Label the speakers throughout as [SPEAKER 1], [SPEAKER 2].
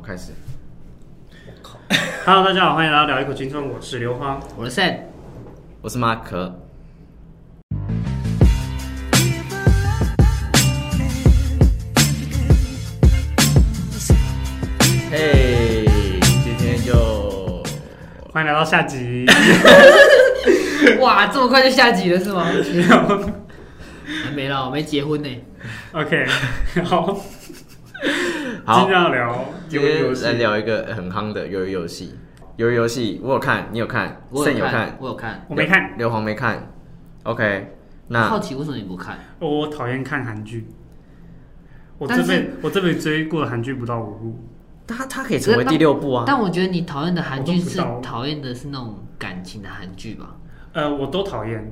[SPEAKER 1] 开始。
[SPEAKER 2] Hello，大家好，欢迎来到聊一口青春，我是刘荒。
[SPEAKER 3] 我是 Sam，
[SPEAKER 1] 我是马可，嘿，今天就
[SPEAKER 2] 欢迎来到下集。
[SPEAKER 3] 哇，这么快就下集了是吗？
[SPEAKER 2] 没有
[SPEAKER 3] 还没啦，我没结婚呢。
[SPEAKER 2] OK，好， 今
[SPEAKER 1] 好
[SPEAKER 2] 天，要聊
[SPEAKER 1] 今
[SPEAKER 2] 游戏游
[SPEAKER 1] 天
[SPEAKER 2] 戏
[SPEAKER 1] 来聊一个很夯的鱿鱼游戏。鱿鱼游戏我有看，你有看，
[SPEAKER 3] 我
[SPEAKER 1] 盛
[SPEAKER 3] 有
[SPEAKER 1] 有
[SPEAKER 3] 看
[SPEAKER 1] 看，，
[SPEAKER 3] 我有看。
[SPEAKER 2] 我没看，
[SPEAKER 1] 刘皇没看。OK，那
[SPEAKER 3] 好奇为什么你不看？
[SPEAKER 2] 我讨厌看韩剧。我
[SPEAKER 3] 但
[SPEAKER 2] 这
[SPEAKER 3] 是
[SPEAKER 2] 辈我这辈子追过的韩剧不到五部，
[SPEAKER 1] 他他可以成为第六部啊。
[SPEAKER 3] 但我觉得你讨厌的韩
[SPEAKER 2] 我
[SPEAKER 3] 剧是
[SPEAKER 2] 都不知道
[SPEAKER 3] 讨厌的是那种感情的韩剧吧？
[SPEAKER 2] 呃，我都讨厌，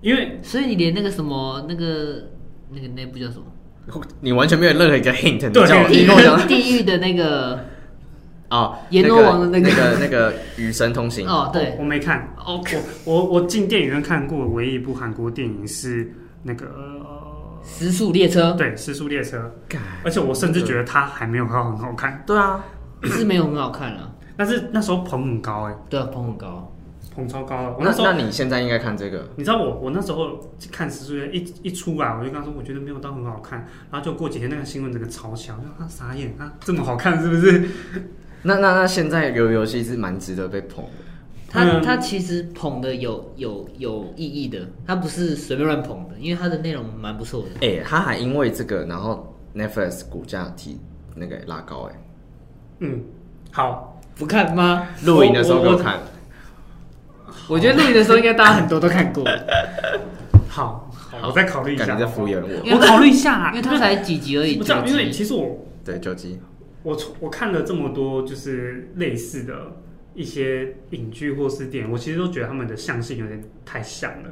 [SPEAKER 2] 因为
[SPEAKER 3] 所以你连那个什么那个那个那部 叫什么？
[SPEAKER 1] 你完全没有任何一个 hint，你
[SPEAKER 2] 对
[SPEAKER 1] 叫我
[SPEAKER 2] 你
[SPEAKER 1] 你
[SPEAKER 3] 地
[SPEAKER 1] 跟我讲
[SPEAKER 3] 狱地狱的 那个
[SPEAKER 1] 哦，
[SPEAKER 3] 阎罗王的那
[SPEAKER 1] 那
[SPEAKER 3] 个
[SPEAKER 1] 个那个与神同行
[SPEAKER 3] 哦，对
[SPEAKER 2] 我，没看。
[SPEAKER 3] ，OK，
[SPEAKER 2] 我我我进电影院看过唯一一部韩国电影是那个、呃
[SPEAKER 3] 时速列车
[SPEAKER 2] 对《失速列车
[SPEAKER 1] 干》，
[SPEAKER 2] 而且我甚至觉得它还没有到很好看，
[SPEAKER 1] 对啊，
[SPEAKER 3] 是没有很好看了，
[SPEAKER 2] 但是那时候捧很高哎、
[SPEAKER 3] 对啊，捧很高，
[SPEAKER 2] 捧超高了。我
[SPEAKER 1] 那
[SPEAKER 2] 时候
[SPEAKER 1] 那你现在应该看这个，
[SPEAKER 2] 你知道我我那时候看《时速列车》一一出来，我就跟他说我觉得没有到很好看，然后就过几天那个新闻整个吵起来，我说啊傻眼啊这么好看是不是？
[SPEAKER 1] 那那那现在游游戏是蛮值得被捧的，
[SPEAKER 3] 他
[SPEAKER 2] 嗯
[SPEAKER 3] 他其实捧的有有有意义的，他不是随便乱捧的，因为他的内容蛮不错的。
[SPEAKER 1] 哎、他还因为这个，然后 Netflix 股价提那个拉高、哎，
[SPEAKER 2] 嗯，好，
[SPEAKER 3] 不看吗？
[SPEAKER 1] 录影的时候给我看，
[SPEAKER 3] 我觉得录影的时候应该大家很多都看过，
[SPEAKER 2] 好，好，我再考虑一
[SPEAKER 1] 感
[SPEAKER 2] 下
[SPEAKER 1] 觉。在敷衍我，
[SPEAKER 2] 我考虑一下啊
[SPEAKER 3] 因为它才几集而已。
[SPEAKER 2] 不知道，因为
[SPEAKER 3] 九集
[SPEAKER 2] 其实我
[SPEAKER 1] 对，九集，
[SPEAKER 2] 我从我看了这么多就是类似的一些影剧或是电影，我其实都觉得他们的象性有点太像了。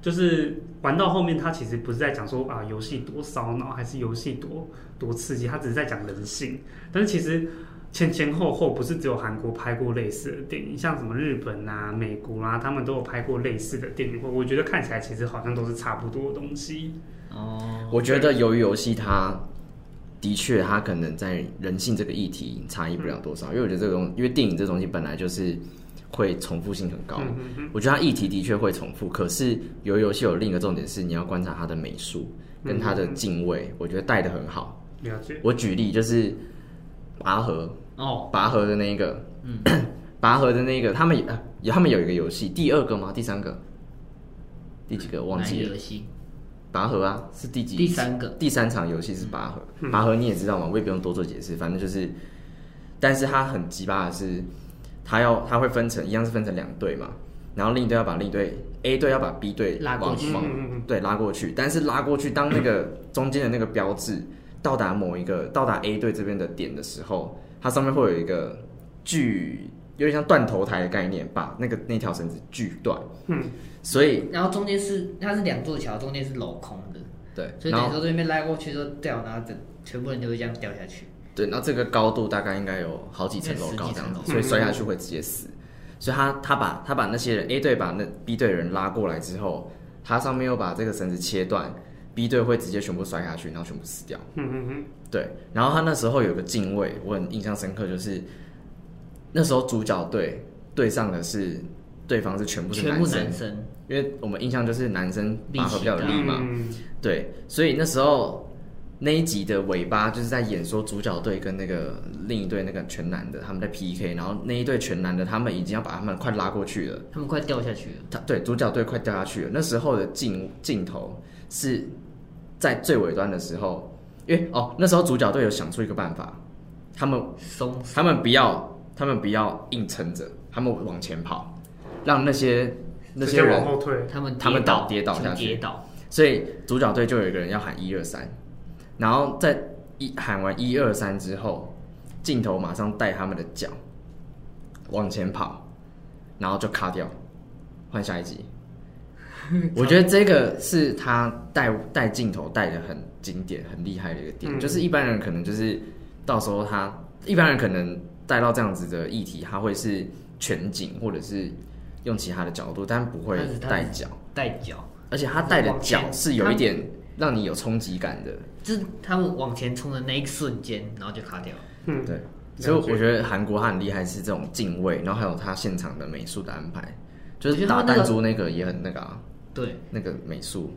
[SPEAKER 2] 就是玩到后面，他其实不是在讲说啊游戏多烧脑，还是游戏多多刺激，他只是在讲人性。但是其实前前后后不是只有韩国拍过类似的电影，像什么日本啊、美国啊，他们都有拍过类似的电影。我我觉得看起来其实好像都是差不多的东西。
[SPEAKER 3] 哦，
[SPEAKER 1] 我觉得由于游戏它。的确，它可能在人性这个议题差异不了多少，因为我觉得这个东，因为电影这东西本来就是会重复性很高，
[SPEAKER 2] 嗯嗯嗯，
[SPEAKER 1] 我觉得它议题的确会重复，可是游游戏有另一个重点是，你要观察它的美术跟它的敬畏，我觉得带的很好。
[SPEAKER 2] 了解。
[SPEAKER 1] 我举例就是拔河，
[SPEAKER 3] 哦，
[SPEAKER 1] 拔河的那一个， 拔河的那一个，他们呃有他们有一个游戏，第二个吗？第三个？第几个忘
[SPEAKER 3] 哪
[SPEAKER 1] 记
[SPEAKER 3] 一个
[SPEAKER 1] 了？
[SPEAKER 3] 游戏？
[SPEAKER 1] 拔河啊，是第几？嗯
[SPEAKER 3] 第三个
[SPEAKER 1] 第三场游戏是拔河，拔河你也知道嘛，我也不用多做解释，反正就是，但是它很鸡巴的是，它要它会分成一样是分成两队嘛，然后另一队要把另一队 A 队要把 B 队
[SPEAKER 3] 拉过去
[SPEAKER 1] 往往
[SPEAKER 2] 嗯嗯嗯
[SPEAKER 1] 对拉过去，但是拉过去，当那个中间的那个标志到达某一个到达 A 队这边的点的时候，它上面会有一个锯，有点像断头台的概念，把那个那条绳子锯断，
[SPEAKER 2] 嗯，
[SPEAKER 1] 所以
[SPEAKER 3] 然后中间是它是两座桥，中间是镂空的，
[SPEAKER 1] 对，
[SPEAKER 3] 所以
[SPEAKER 1] 然
[SPEAKER 3] 等
[SPEAKER 1] 后
[SPEAKER 3] 于说对面拉过去之后掉，然后整全部人就会这样掉下去。
[SPEAKER 1] 对，那这个高度大概应该有好几层楼高这样子，
[SPEAKER 2] 十几层楼嗯
[SPEAKER 1] 所以摔下去会直接死。所以他他把他把那些人 A 队把那 B 队的人拉过来之后，他上面又把这个绳子切断，B 队会直接全部摔下去，然后全部死掉。
[SPEAKER 2] 嗯嗯嗯，
[SPEAKER 1] 对，然后他那时候有个敬畏，我很印象深刻，就是那时候主角队对上的是对方是全部是
[SPEAKER 3] 全部
[SPEAKER 1] 男生，
[SPEAKER 3] 男生，
[SPEAKER 1] 因为我们印象就是男生拔河比较有力
[SPEAKER 3] 力
[SPEAKER 1] 嘛，
[SPEAKER 2] 嗯
[SPEAKER 1] 对，所以那时候那一集的尾巴就是在演说主角队跟那个另一队那个全男的他们在 PK，然后那一队全男的他们已经要把他们快拉过去了，
[SPEAKER 3] 他们快掉下去了。
[SPEAKER 1] 他对主角队快掉下去了。那时候的镜镜头是在最尾端的时候，因为哦那时候主角队有想出一个办法，他们
[SPEAKER 3] 松
[SPEAKER 1] 他们不要他们不要硬撑着，他们往前跑，让那些那
[SPEAKER 2] 直
[SPEAKER 1] 些
[SPEAKER 2] 接
[SPEAKER 1] 人
[SPEAKER 2] 往后退。
[SPEAKER 3] 他们
[SPEAKER 1] 他们倒跌倒
[SPEAKER 3] 全
[SPEAKER 1] 下去
[SPEAKER 3] 跌倒，
[SPEAKER 1] 所以主角队就有一个人要喊一二三，然后在一喊完一二三之后，镜头马上带他们的脚往前跑，然后就卡掉，换下一 集。我觉得这个是他带带镜头带的很经典、很厉害的一个点，
[SPEAKER 2] 嗯
[SPEAKER 1] 就是一般人可能就是到时候他一般人可能带到这样子的议题，他会是全景或者是用其他的角度，但不会
[SPEAKER 3] 但是他
[SPEAKER 1] 带脚。
[SPEAKER 3] 带脚，
[SPEAKER 1] 而且他带的脚是有一点让你有冲击感的，
[SPEAKER 3] 就是他们往前冲的那一瞬间，然后就卡掉了。
[SPEAKER 2] 嗯，
[SPEAKER 1] 对，所以
[SPEAKER 2] 了解
[SPEAKER 1] 我觉得韩国它很厉害是这种敬畏，然后还有它现场的美术的安排，就
[SPEAKER 3] 我
[SPEAKER 1] 是
[SPEAKER 3] 觉得他
[SPEAKER 1] 打
[SPEAKER 3] 们那个
[SPEAKER 1] 弹珠那个也很那个啊，
[SPEAKER 3] 对，
[SPEAKER 1] 那个美术，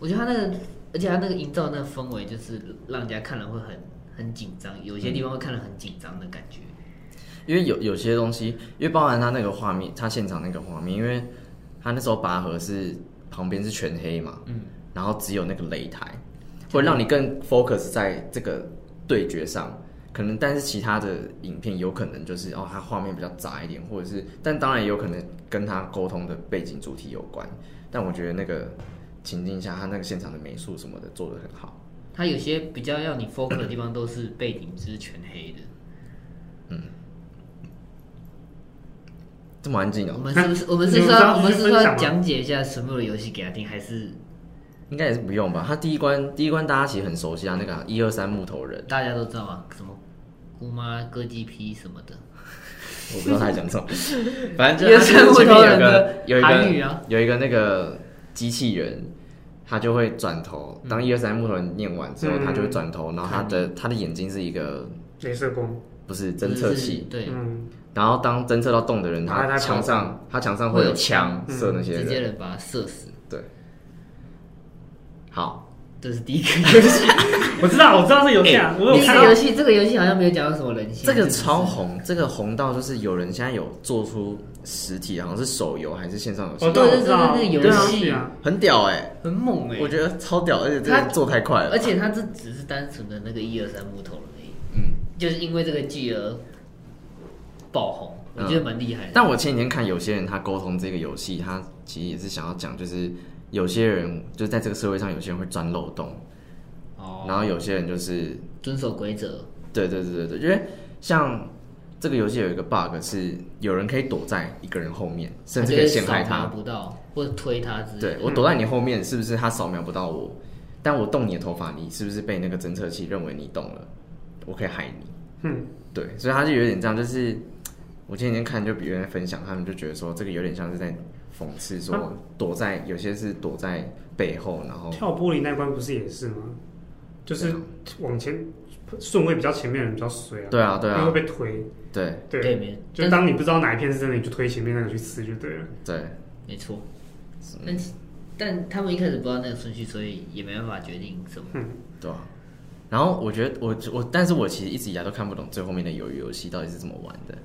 [SPEAKER 3] 我觉得他那个，而且他那个营造那个氛围，就是让人家看了会很很紧张，有些地方会看了很紧张的感觉。
[SPEAKER 1] 因为有有些东西，因为包含他那个画面，他现场那个画面，因为他那时候拔河是旁边是全黑嘛，
[SPEAKER 3] 嗯，
[SPEAKER 1] 然后只有那个擂台，会让你更 focus 在这个对决上。可能，但是其他的影片有可能就是哦，它画面比较杂一点，或者是，但当然也有可能跟他沟通的背景主题有关。但我觉得那个情境下，他那个现场的美术什么的做得很好。
[SPEAKER 3] 他有些比较要你 focus 的地方，都是背景是全黑的。
[SPEAKER 1] 这么安静
[SPEAKER 3] 我
[SPEAKER 1] 哦，
[SPEAKER 3] 们是不是我们是
[SPEAKER 2] 你
[SPEAKER 3] 说
[SPEAKER 2] 们知道
[SPEAKER 3] 要我们
[SPEAKER 2] 是
[SPEAKER 3] 是说
[SPEAKER 2] 分享
[SPEAKER 3] 要
[SPEAKER 2] 吗
[SPEAKER 3] 讲解一下神木的游戏给他听，还是
[SPEAKER 1] 应该也是不用吧？他第一关，第一关大家其实很熟悉啊，那个一二三木头人，
[SPEAKER 3] 大家都知道啊？什么姑妈割鸡皮什么的，
[SPEAKER 1] 我不知道他在讲什么，反正就是
[SPEAKER 3] 木
[SPEAKER 1] 前
[SPEAKER 3] 头
[SPEAKER 1] 面有
[SPEAKER 3] 人
[SPEAKER 1] 个
[SPEAKER 3] 的
[SPEAKER 1] 有一
[SPEAKER 3] 韩语
[SPEAKER 1] 个
[SPEAKER 3] 啊，
[SPEAKER 1] 有一个那个机器人，他就会转头，当一二三木头人念完之后，
[SPEAKER 2] 嗯
[SPEAKER 1] 他就会转头，然后他的他的眼睛是一个
[SPEAKER 2] 镭射光，
[SPEAKER 1] 不是侦测器，
[SPEAKER 3] 对，
[SPEAKER 2] 嗯，
[SPEAKER 1] 然后当侦测到动的人，
[SPEAKER 2] 然后
[SPEAKER 1] 他
[SPEAKER 2] 他
[SPEAKER 1] 墙上他墙上会有枪
[SPEAKER 2] 嗯
[SPEAKER 1] 射那些
[SPEAKER 3] 直接
[SPEAKER 1] 人，
[SPEAKER 3] 的把他射死，
[SPEAKER 1] 对，好，
[SPEAKER 3] 这是第一个游戏。
[SPEAKER 2] 我知道，我知道这游戏啊， 我有
[SPEAKER 3] 第一
[SPEAKER 2] 看
[SPEAKER 3] 个
[SPEAKER 2] 到
[SPEAKER 3] 哎游，戏，这个游戏好像没有讲到什么人性，
[SPEAKER 1] 这
[SPEAKER 3] 是
[SPEAKER 1] 个
[SPEAKER 3] 不是
[SPEAKER 1] 超红，这个红到就是有人现在有做出实体，好像是手游还是线上游
[SPEAKER 2] 我
[SPEAKER 1] 戏，
[SPEAKER 2] 知道
[SPEAKER 3] 对
[SPEAKER 2] 我知道
[SPEAKER 3] 对对对
[SPEAKER 2] 对啊
[SPEAKER 3] 游戏
[SPEAKER 2] 是啊，
[SPEAKER 1] 很屌哎、
[SPEAKER 3] 很猛
[SPEAKER 2] 欸
[SPEAKER 3] 哎、
[SPEAKER 1] 我觉得超屌，而且这
[SPEAKER 3] 他
[SPEAKER 1] 个做太快了，
[SPEAKER 3] 而且他这只是单纯的那个一二三木头人而已，
[SPEAKER 1] 嗯。
[SPEAKER 3] 就是因为这个剧而爆红，我觉得蛮厉害的。
[SPEAKER 1] 但我前几天看有些人他沟通这个游戏，他其实也是想要讲，就是有些人就是在这个社会上，有些人会钻漏洞，
[SPEAKER 3] 哦，
[SPEAKER 1] 然后有些人就是
[SPEAKER 3] 遵守规则，
[SPEAKER 1] 对对对对对，因为像这个游戏有一个 bug 是有人可以躲在一个人后面，甚至可以陷害
[SPEAKER 3] 他
[SPEAKER 1] 他
[SPEAKER 3] 就。是扫描不啊到或者推他之类的。
[SPEAKER 1] 对我躲在你后面，是不是他扫描不到我？但我动你的头发，你是不是被那个侦测器认为你动了？我可以害你。
[SPEAKER 2] 嗯，
[SPEAKER 1] 对，所以他就有点这样，就是我前几天看就别人在分享，他们就觉得说这个有点像是在讽刺说躲在有些是躲在背后，然后
[SPEAKER 2] 跳玻璃那关不是也是吗？就是往前顺位比较前面的人比较衰
[SPEAKER 1] 啊
[SPEAKER 2] 啊，
[SPEAKER 1] 对啊对
[SPEAKER 2] 因为
[SPEAKER 1] 啊
[SPEAKER 2] 会被推，
[SPEAKER 1] 对
[SPEAKER 3] 对
[SPEAKER 2] 对，
[SPEAKER 3] 没，
[SPEAKER 2] 就当你不知道哪一片是真的，你就推前面那个去撕就对了，
[SPEAKER 1] 对，
[SPEAKER 3] 没错。但但他们一开始不知道那个顺序，所以也没办法决定什么。
[SPEAKER 1] 对啊。然后我觉得我我，但是我其实一直以来都看不懂最后面的鱿鱼游戏到底是怎么玩的。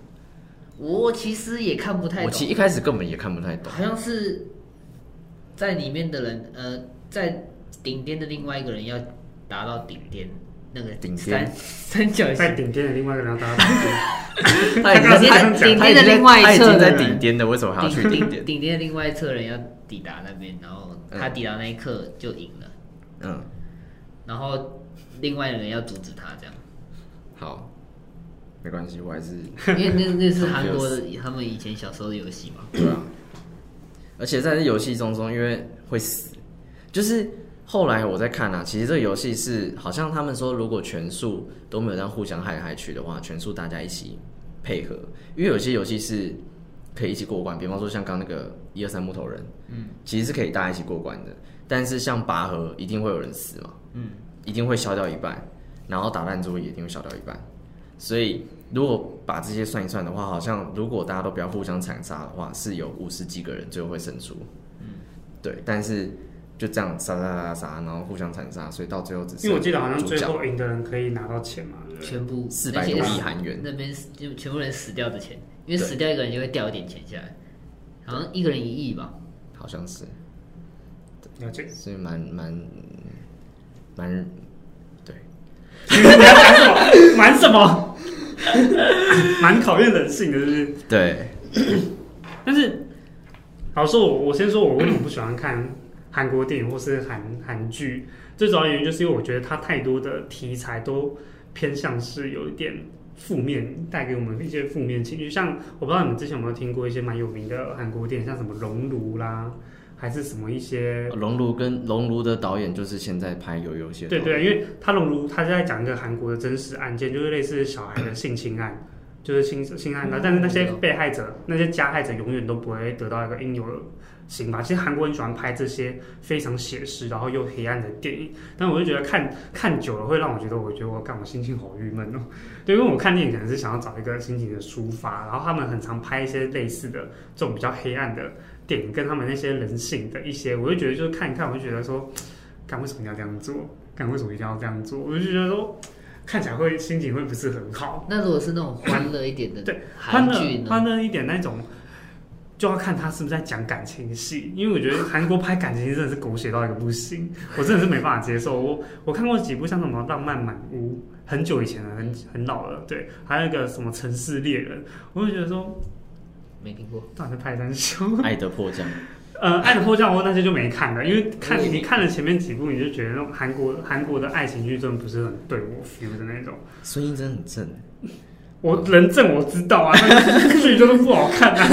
[SPEAKER 3] 我其实也看不太
[SPEAKER 1] 我
[SPEAKER 3] 懂
[SPEAKER 1] 其，实一开始根本也看不太懂。
[SPEAKER 3] 好像是在里面的人，呃，在顶巅的另外一个人要达到顶巅，那个
[SPEAKER 1] 顶
[SPEAKER 3] 三
[SPEAKER 1] 巅
[SPEAKER 3] 三角
[SPEAKER 2] 在
[SPEAKER 3] 形，
[SPEAKER 2] 顶尖的另外一个人要搭顶
[SPEAKER 3] 哎
[SPEAKER 1] 他已经
[SPEAKER 2] 刚刚
[SPEAKER 1] 在
[SPEAKER 2] 这样讲
[SPEAKER 1] 他已经
[SPEAKER 3] 顶尖的另外一
[SPEAKER 1] 他已经
[SPEAKER 3] 侧的
[SPEAKER 1] 在
[SPEAKER 3] 人
[SPEAKER 1] 顶巅的，为什么还要去顶
[SPEAKER 3] 顶
[SPEAKER 1] 巅
[SPEAKER 3] 顶？顶巅的另外一侧人要抵达那边，然后他抵达那一刻就赢了，
[SPEAKER 1] 嗯，
[SPEAKER 3] 然后另外一个人要阻止他，这样。
[SPEAKER 1] 好，没关系，我还是
[SPEAKER 3] 因为那那是韩 国的，他们以前小时候的游戏嘛。
[SPEAKER 1] 对啊，而且在这游戏中中，因为会死，就是后来我在看啊，其实这个游戏是好像他们说，如果全数都没有这样互相害来害去的话，全数大家一起配合，因为有些游戏是可以一起过关，比方说像刚那个一二三木头人，嗯，其实是可以大家一起过关的，但是像拔河一定会有人死嘛，
[SPEAKER 3] 嗯，
[SPEAKER 1] 一定会消掉一半，然后打弹珠也一定会消掉一半。所以如果把这些算一算的话，好像如果大家都不要互相残杀的话，是有五十几个人最后会胜出。
[SPEAKER 2] 嗯
[SPEAKER 1] 对，但是就这样杀杀杀杀，然后互相残杀，所以到最后只是
[SPEAKER 2] 因为我记得好像
[SPEAKER 1] 主
[SPEAKER 2] 最
[SPEAKER 1] 角
[SPEAKER 2] 后赢的人可以拿到钱嘛，对不对
[SPEAKER 3] 全部
[SPEAKER 1] 400
[SPEAKER 3] 那些
[SPEAKER 1] 多亿韩元
[SPEAKER 3] 那边就全部人死掉的钱，因
[SPEAKER 1] 对
[SPEAKER 3] 为死掉一个人就会掉一点钱下来，好像一个人一亿吧。
[SPEAKER 1] 好像是，
[SPEAKER 2] 了解。
[SPEAKER 1] 所以蛮蛮蛮对，
[SPEAKER 2] 你要讲什么？ 瞒什么？蛮考验人性的，是不是？
[SPEAKER 1] 对，
[SPEAKER 2] 但是，老实说，我我先说，我为什么不喜欢看韩国电影或是韩韩剧？最主要原因就是因为我觉得它太多的题材都偏向是有一点负面，带给我们一些负面情绪。像我不知道你们之前有没有听过一些蛮有名的韩国电影，像什么《熔炉》啦，还是什么一些
[SPEAKER 1] 熔炉跟熔炉的导演就是现在拍游游戏，
[SPEAKER 2] 对对，因为他《熔炉》他是在讲一个韩国的真实案件，就是类似小孩的性侵案，就是性性侵害，但是那些被害者、那些加害者永远都不会得到一个应有的刑罚。其实韩国很喜欢拍这些非常写实，然后又黑暗的电影，但我就觉得看看久了会让我觉得，我觉得我干我心情好郁闷哦。对，因为我看电影可能是想要找一个心情的抒发，然后他们很常拍一些类似的这种比较黑暗的电影，跟他们那些人性的一些，我就觉得就是看一看，我就觉得说，干为什么你要这样做？干为什么一定要这样做？我就觉得说。看起来会心情会不是很好，
[SPEAKER 3] 那如果是那种欢乐一点的
[SPEAKER 2] 对欢
[SPEAKER 3] 韩
[SPEAKER 2] 乐
[SPEAKER 3] 剧呢？
[SPEAKER 2] 欢乐一点那种，就要看他是不是在讲感情戏，因为我觉得韩国拍感情戏真的是狗血到一个不行，我真的是没办法接受。我我看过几部像什么《浪漫满屋》，很久以前了，很很老了，对，还有一个什么《城市猎人》，我就觉得说，
[SPEAKER 3] 没听过，
[SPEAKER 2] 到底在拍三小？
[SPEAKER 1] 爱的迫降，
[SPEAKER 2] 呃，《爱的迫降我那些就没看了，因为看
[SPEAKER 3] 嗯
[SPEAKER 2] 你看了前面几部，你就觉得那种韩国韩国的爱情剧真的不是很对我 feel 的那种。
[SPEAKER 1] 孙艺真很正，
[SPEAKER 2] 我人正我知道啊，但是剧就是不好看啊。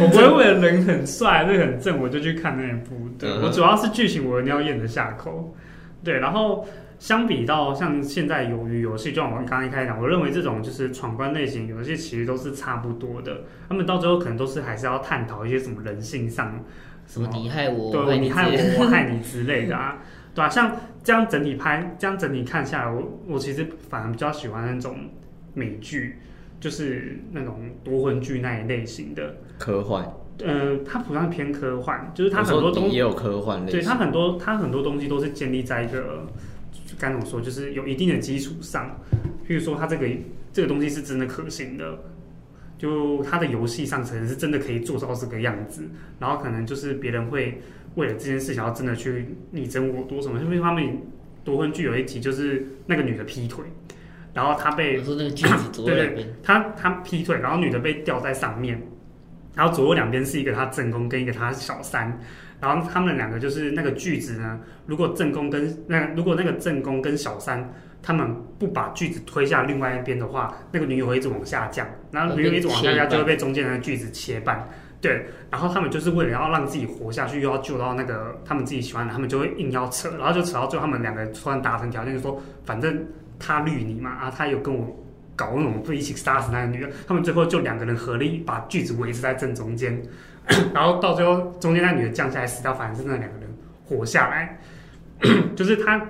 [SPEAKER 2] 我不会为了人很帅、那很正，我就去看那一部。对、
[SPEAKER 1] 嗯哼
[SPEAKER 2] 我主要是剧情，我一定要咽得下口。对，然后相比到像现在鱿鱼游戏，就像我刚刚一开始讲，我认为这种就是闯关类型游戏其实都是差不多的，他们到最后可能都是还是要探讨一些什么人性上
[SPEAKER 3] 什么你害我，我
[SPEAKER 2] 对，
[SPEAKER 3] 害
[SPEAKER 2] 你
[SPEAKER 3] 你
[SPEAKER 2] 害
[SPEAKER 3] 之类的
[SPEAKER 2] 我，我害你之类的啊，对啊，像这样整体拍，这样整体看下来，我我其实反而比较喜欢那种美剧，就是那种夺魂剧那一类型的。
[SPEAKER 1] 科幻，
[SPEAKER 2] 呃，它不算偏科幻，就是它
[SPEAKER 1] 我
[SPEAKER 2] 很
[SPEAKER 1] 说
[SPEAKER 2] 多东
[SPEAKER 1] 也有科幻类
[SPEAKER 2] 对它
[SPEAKER 1] 型，
[SPEAKER 2] 很多它很多东西都是建立在一个该怎么说，就是有一定的基础上。譬如说，它这个这个东西是真的可行的，就它的游戏上可能是真的可以做到这个样子，然后可能就是别人会为了这件事情要真的去你争我夺什么，因为他们夺魂剧有一集就是那个女的劈腿，然后她被
[SPEAKER 3] 我说那个句子左右两边，
[SPEAKER 2] 他他劈腿，然后女的被吊在上面，然后左右两边是一个他正宫跟一个他小三，然后他们两个就是那个句子呢，如果正宫跟那如果那个正宫跟小三他们不把句子推下另外一边的话，那个女友会一直往下降，然后女友一直往下
[SPEAKER 3] 哦会被切一
[SPEAKER 2] 降
[SPEAKER 3] 半
[SPEAKER 2] 就会被中间的句子切半。对，然后他们就是为了要让自己活下去，又要救到那个他们自己喜欢的，他们就会硬要扯，然后就扯到最后，他们两个突然达成条件，就说反正他绿你嘛，啊，他有跟我搞那种不一起杀死那个女的，他们最后就两个人合力把锯子维持在正中间， 然后到最后中间那女的降下来死掉，反而是那两个人活下来， 就是它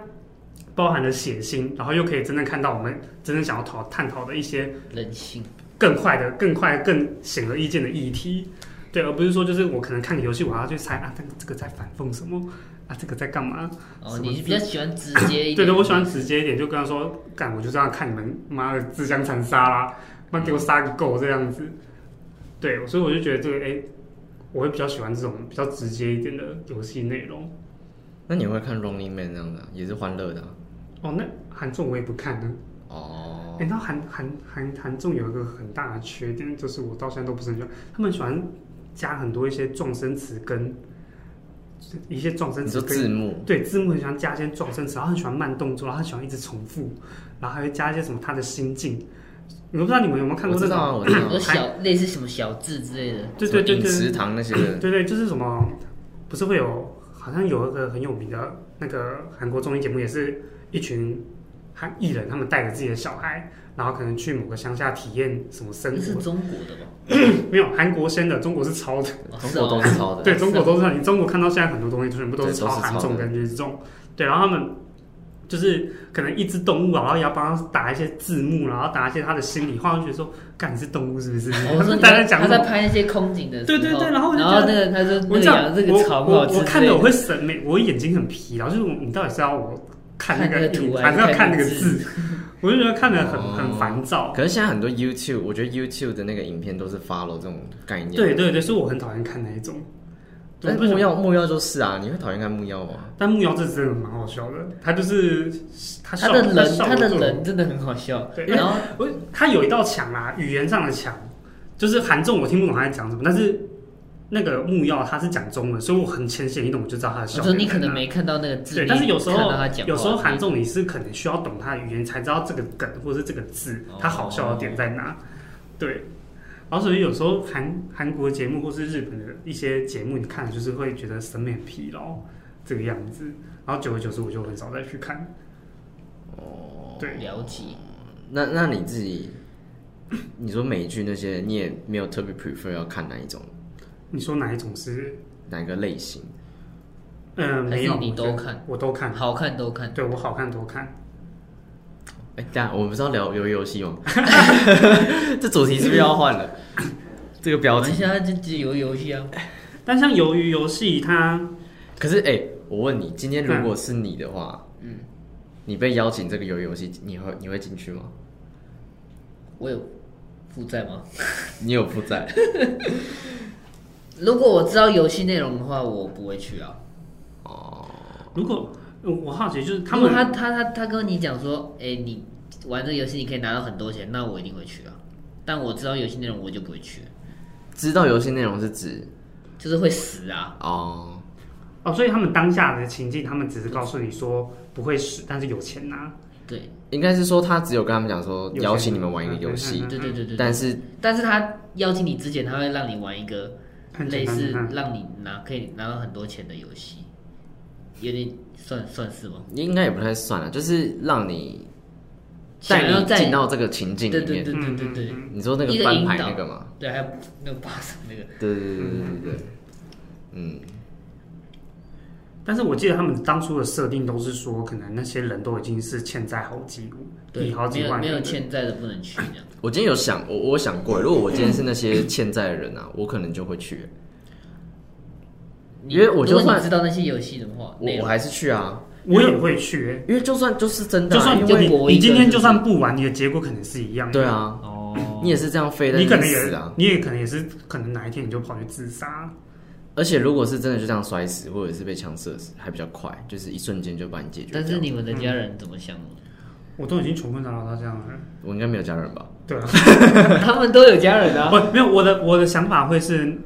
[SPEAKER 2] 包含了血腥，然后又可以真正看到我们真正想要讨探讨的一些
[SPEAKER 3] 人性，
[SPEAKER 2] 更快的、更快、更显而易见的议题，对，而不是说就是我可能看个游戏，我还要去猜啊，这个这个在反讽什么啊，这个在干嘛？
[SPEAKER 3] 哦，
[SPEAKER 2] 什么字
[SPEAKER 3] 你是比较喜欢直接一点，
[SPEAKER 2] 对对，我喜欢直接一点，就跟他说，干，我就这样看你们妈的自相残杀啦，妈给我杀个够这样子。对，所以我就觉得这个，哎、我会比较喜欢这种比较直接一点的游戏内容。
[SPEAKER 1] 那你会看 Running Man 那样的啊，也是欢乐的啊，
[SPEAKER 2] 哦，那韩综我也不看呢。
[SPEAKER 1] 哦
[SPEAKER 2] 哎、，那韩韩韩韩综有一个很大的缺点，就是我到现在都不是很喜欢，他们喜欢加很多一些撞声词跟一些撞声
[SPEAKER 1] 你
[SPEAKER 2] 词
[SPEAKER 1] 说
[SPEAKER 2] 跟
[SPEAKER 1] 字幕，
[SPEAKER 2] 对，字幕很喜欢加一些撞声词，然后很喜欢慢动作，然后很喜欢一直重复，然后还会加一些什么他的心境。我不知道你们有没有看过
[SPEAKER 1] 我
[SPEAKER 2] 那
[SPEAKER 1] 知
[SPEAKER 2] 种
[SPEAKER 1] 道啊，我知道
[SPEAKER 3] 有
[SPEAKER 1] 啊，
[SPEAKER 3] 哦小类似什么小字之类的，
[SPEAKER 2] 对对对
[SPEAKER 1] 什么饮食
[SPEAKER 2] 对
[SPEAKER 1] 堂那些的，
[SPEAKER 2] 对对，就是什么，不是会有好像有一个很有名的那个韩国综艺节目，也是一群韩艺人，他们带着自己的小孩，然后可能去某个乡下体验什么生
[SPEAKER 3] 那是
[SPEAKER 2] 活。
[SPEAKER 3] 中国的吧？
[SPEAKER 2] 没有韩国先的，中国是抄的。
[SPEAKER 3] 哦
[SPEAKER 1] 中
[SPEAKER 3] 是
[SPEAKER 1] 国
[SPEAKER 3] 哦
[SPEAKER 1] 都是抄的，
[SPEAKER 2] 对，中国都是你中国看到现在很多东西全部都是
[SPEAKER 1] 对都
[SPEAKER 2] 超
[SPEAKER 1] 是
[SPEAKER 2] 韩
[SPEAKER 1] 抄
[SPEAKER 2] 重
[SPEAKER 1] 的
[SPEAKER 2] 跟日重，对，然后他们就是可能一只动物啊，然后也要帮它打一些字幕，然后打一些它的心里话，就觉得说，干你是动物是不是？
[SPEAKER 3] 我说你
[SPEAKER 2] 大家
[SPEAKER 3] 在
[SPEAKER 2] 讲
[SPEAKER 3] 他
[SPEAKER 2] 什
[SPEAKER 3] 在
[SPEAKER 2] 么？
[SPEAKER 3] 哦拍那些空景的时候，
[SPEAKER 2] 对对对然后我就
[SPEAKER 3] 然后
[SPEAKER 2] 觉
[SPEAKER 3] 那个他说
[SPEAKER 2] 我
[SPEAKER 3] 那个
[SPEAKER 2] 这样
[SPEAKER 3] 羊，这个草
[SPEAKER 2] 我
[SPEAKER 3] 不好
[SPEAKER 2] 我
[SPEAKER 3] 吃
[SPEAKER 2] 我
[SPEAKER 3] 之
[SPEAKER 2] 看
[SPEAKER 3] 类
[SPEAKER 2] 的
[SPEAKER 3] 的
[SPEAKER 2] 我会审美，我眼睛很疲劳，就是我你到底是要我看那
[SPEAKER 3] 看
[SPEAKER 2] 个
[SPEAKER 3] 那个
[SPEAKER 2] 影
[SPEAKER 3] 图
[SPEAKER 2] 还
[SPEAKER 3] 还
[SPEAKER 2] 是要
[SPEAKER 3] 是看
[SPEAKER 2] 看那个
[SPEAKER 3] 字
[SPEAKER 2] 字？ 我就觉得看的很
[SPEAKER 1] 哦
[SPEAKER 2] 很烦躁。
[SPEAKER 1] 可是现在很多 YouTube，我觉得 YouTube 的那个影片都是 follow 这种概念。
[SPEAKER 2] 对，对对，所以我很讨厌看那一种。
[SPEAKER 1] 但
[SPEAKER 2] 我不
[SPEAKER 1] 木
[SPEAKER 2] 想
[SPEAKER 1] 曜木曜就是啊，你会讨厌看木曜吗？
[SPEAKER 2] 但木瑶这真的蛮好笑的，他就是他
[SPEAKER 3] 他
[SPEAKER 2] 笑
[SPEAKER 3] 的人，
[SPEAKER 2] 笑
[SPEAKER 3] 他的
[SPEAKER 2] 我做
[SPEAKER 3] 人真的很好笑。
[SPEAKER 2] 对
[SPEAKER 3] 然后
[SPEAKER 2] 我他有一道墙啦，语言上的墙，就是韩综我听不懂他在讲什么，但是那个木曜他是讲中文，所以我很浅显易懂，我就知道他的
[SPEAKER 3] 我
[SPEAKER 2] 笑
[SPEAKER 3] 说
[SPEAKER 2] 点在哪。
[SPEAKER 3] 你可能没看到那个字，
[SPEAKER 2] 对，
[SPEAKER 3] 你
[SPEAKER 2] 但是有时
[SPEAKER 3] 看
[SPEAKER 2] 候
[SPEAKER 3] 到他讲话
[SPEAKER 2] 有时候韩综你是可能需要懂他的语言才知道这个梗或者是这个字
[SPEAKER 3] 哦
[SPEAKER 2] 它好笑的点在哪。对，然后所以有时候韩韩国节目或是日本的一些节目，你看了就是会觉得审美疲劳这个样子，然后久而久之我就很少再去看。
[SPEAKER 1] 哦，
[SPEAKER 2] 对，
[SPEAKER 3] 了解，
[SPEAKER 1] 那那你自己 你说美剧那些，你也没有特别 prefer 要看哪一种
[SPEAKER 2] 你说哪一种是？
[SPEAKER 1] 哪个类型？
[SPEAKER 2] 嗯，
[SPEAKER 3] 还
[SPEAKER 2] 没
[SPEAKER 3] 是
[SPEAKER 2] 有，
[SPEAKER 3] 你
[SPEAKER 2] 我觉得
[SPEAKER 3] 都看，
[SPEAKER 2] 我都看，
[SPEAKER 3] 好看都看，
[SPEAKER 2] 对我好看都看。
[SPEAKER 1] 哎、等一下我们不是要聊游游 戏吗？ 这主题是不是要换 了？这个标
[SPEAKER 3] 我
[SPEAKER 1] 题
[SPEAKER 3] 们。现在就只有游戏啊，
[SPEAKER 2] 但像鱿鱼游戏，它
[SPEAKER 1] 可是哎、我问你，今天如果是你的话，嗯，你被邀请这个游游戏，你会你会进去吗？
[SPEAKER 3] 我有负债吗？
[SPEAKER 1] 你有负债？
[SPEAKER 3] 如果我知道游戏内容的话，我不会去啊。
[SPEAKER 2] 如果呃我好奇，就是他
[SPEAKER 3] 如果
[SPEAKER 2] 们
[SPEAKER 3] 他他他他跟你讲说，哎、你玩这个游戏你可以拿到很多钱，那我一定会去啊。但我知道游戏内容，我就不会 去，啊
[SPEAKER 1] 知道游戏内容是指
[SPEAKER 3] 就是会死啊。
[SPEAKER 1] 哦，
[SPEAKER 2] 哦，所以他们当下的情境，他们只是告诉你说不会死，但是有钱拿、
[SPEAKER 3] 对
[SPEAKER 1] 应该是说他只有跟他们讲说
[SPEAKER 2] 有钱
[SPEAKER 1] 邀请你们玩一个游戏
[SPEAKER 2] 嗯，
[SPEAKER 3] 对对对对。
[SPEAKER 1] 但是
[SPEAKER 3] 但是他邀请你之前，他会让你玩一个
[SPEAKER 2] 很
[SPEAKER 3] 类
[SPEAKER 2] 简单
[SPEAKER 3] 似
[SPEAKER 2] 嗯
[SPEAKER 3] 让你拿可以拿到很多钱的游戏，有点算算是吗？
[SPEAKER 1] 应该也不太算了，就是让你带
[SPEAKER 3] 想要
[SPEAKER 1] 你
[SPEAKER 3] 啊在
[SPEAKER 1] 进到这个情境
[SPEAKER 3] 对
[SPEAKER 1] 里
[SPEAKER 3] 对
[SPEAKER 1] 面。
[SPEAKER 3] 对对对对
[SPEAKER 2] 嗯
[SPEAKER 3] 对
[SPEAKER 2] 嗯嗯
[SPEAKER 1] 你说那个
[SPEAKER 3] 一个
[SPEAKER 1] 翻
[SPEAKER 3] 引
[SPEAKER 1] 牌
[SPEAKER 3] 导
[SPEAKER 1] 那个吗？
[SPEAKER 3] 对，还有那个巴掌那个，
[SPEAKER 1] 对对对对对对，嗯，
[SPEAKER 2] 但是我记得他们当初的设定都是说，可能那些人都已经是欠债好几
[SPEAKER 3] 对，
[SPEAKER 2] 亿、好
[SPEAKER 3] 没
[SPEAKER 2] 几
[SPEAKER 3] 有
[SPEAKER 2] 万
[SPEAKER 3] 没
[SPEAKER 2] 的
[SPEAKER 3] 有
[SPEAKER 2] 人，
[SPEAKER 3] 欠债的不能去这样。
[SPEAKER 1] 我今天有想，我我想过，如果我今天是那些欠债的人啊，我可能就会去，
[SPEAKER 3] 你
[SPEAKER 1] 因为我就
[SPEAKER 3] 如果
[SPEAKER 1] 算
[SPEAKER 3] 你知道那些游戏的话，内
[SPEAKER 1] 我我
[SPEAKER 3] 容
[SPEAKER 1] 还是去啊。
[SPEAKER 2] 我也会去、欸
[SPEAKER 1] 因为就算就是真的
[SPEAKER 2] 就
[SPEAKER 1] 啊、
[SPEAKER 2] 算
[SPEAKER 1] 因
[SPEAKER 3] 就
[SPEAKER 1] 为
[SPEAKER 2] 你
[SPEAKER 3] 搏一
[SPEAKER 2] 你
[SPEAKER 3] 个
[SPEAKER 2] 今
[SPEAKER 3] 就
[SPEAKER 2] 天
[SPEAKER 3] 是
[SPEAKER 2] 就算不玩，你的结果可能是一样的。
[SPEAKER 1] 对，啊，
[SPEAKER 3] 哦，
[SPEAKER 1] 你也是这样飞的，
[SPEAKER 2] 你可能
[SPEAKER 1] 也
[SPEAKER 2] 也
[SPEAKER 1] 死啊。
[SPEAKER 2] 你也可能也是可能哪一天你就跑去自杀。
[SPEAKER 1] 而且如果是真的就这样摔死，或者是被枪射死，还比较快，就是一瞬间就把你解决掉。
[SPEAKER 3] 但是你们的家人怎么想？
[SPEAKER 2] 我都已经穷困潦倒到这样了，
[SPEAKER 1] 我应该没有家人吧？
[SPEAKER 2] 对啊，
[SPEAKER 3] 他们都有家人啊。
[SPEAKER 2] 我没有我的我的想法会是，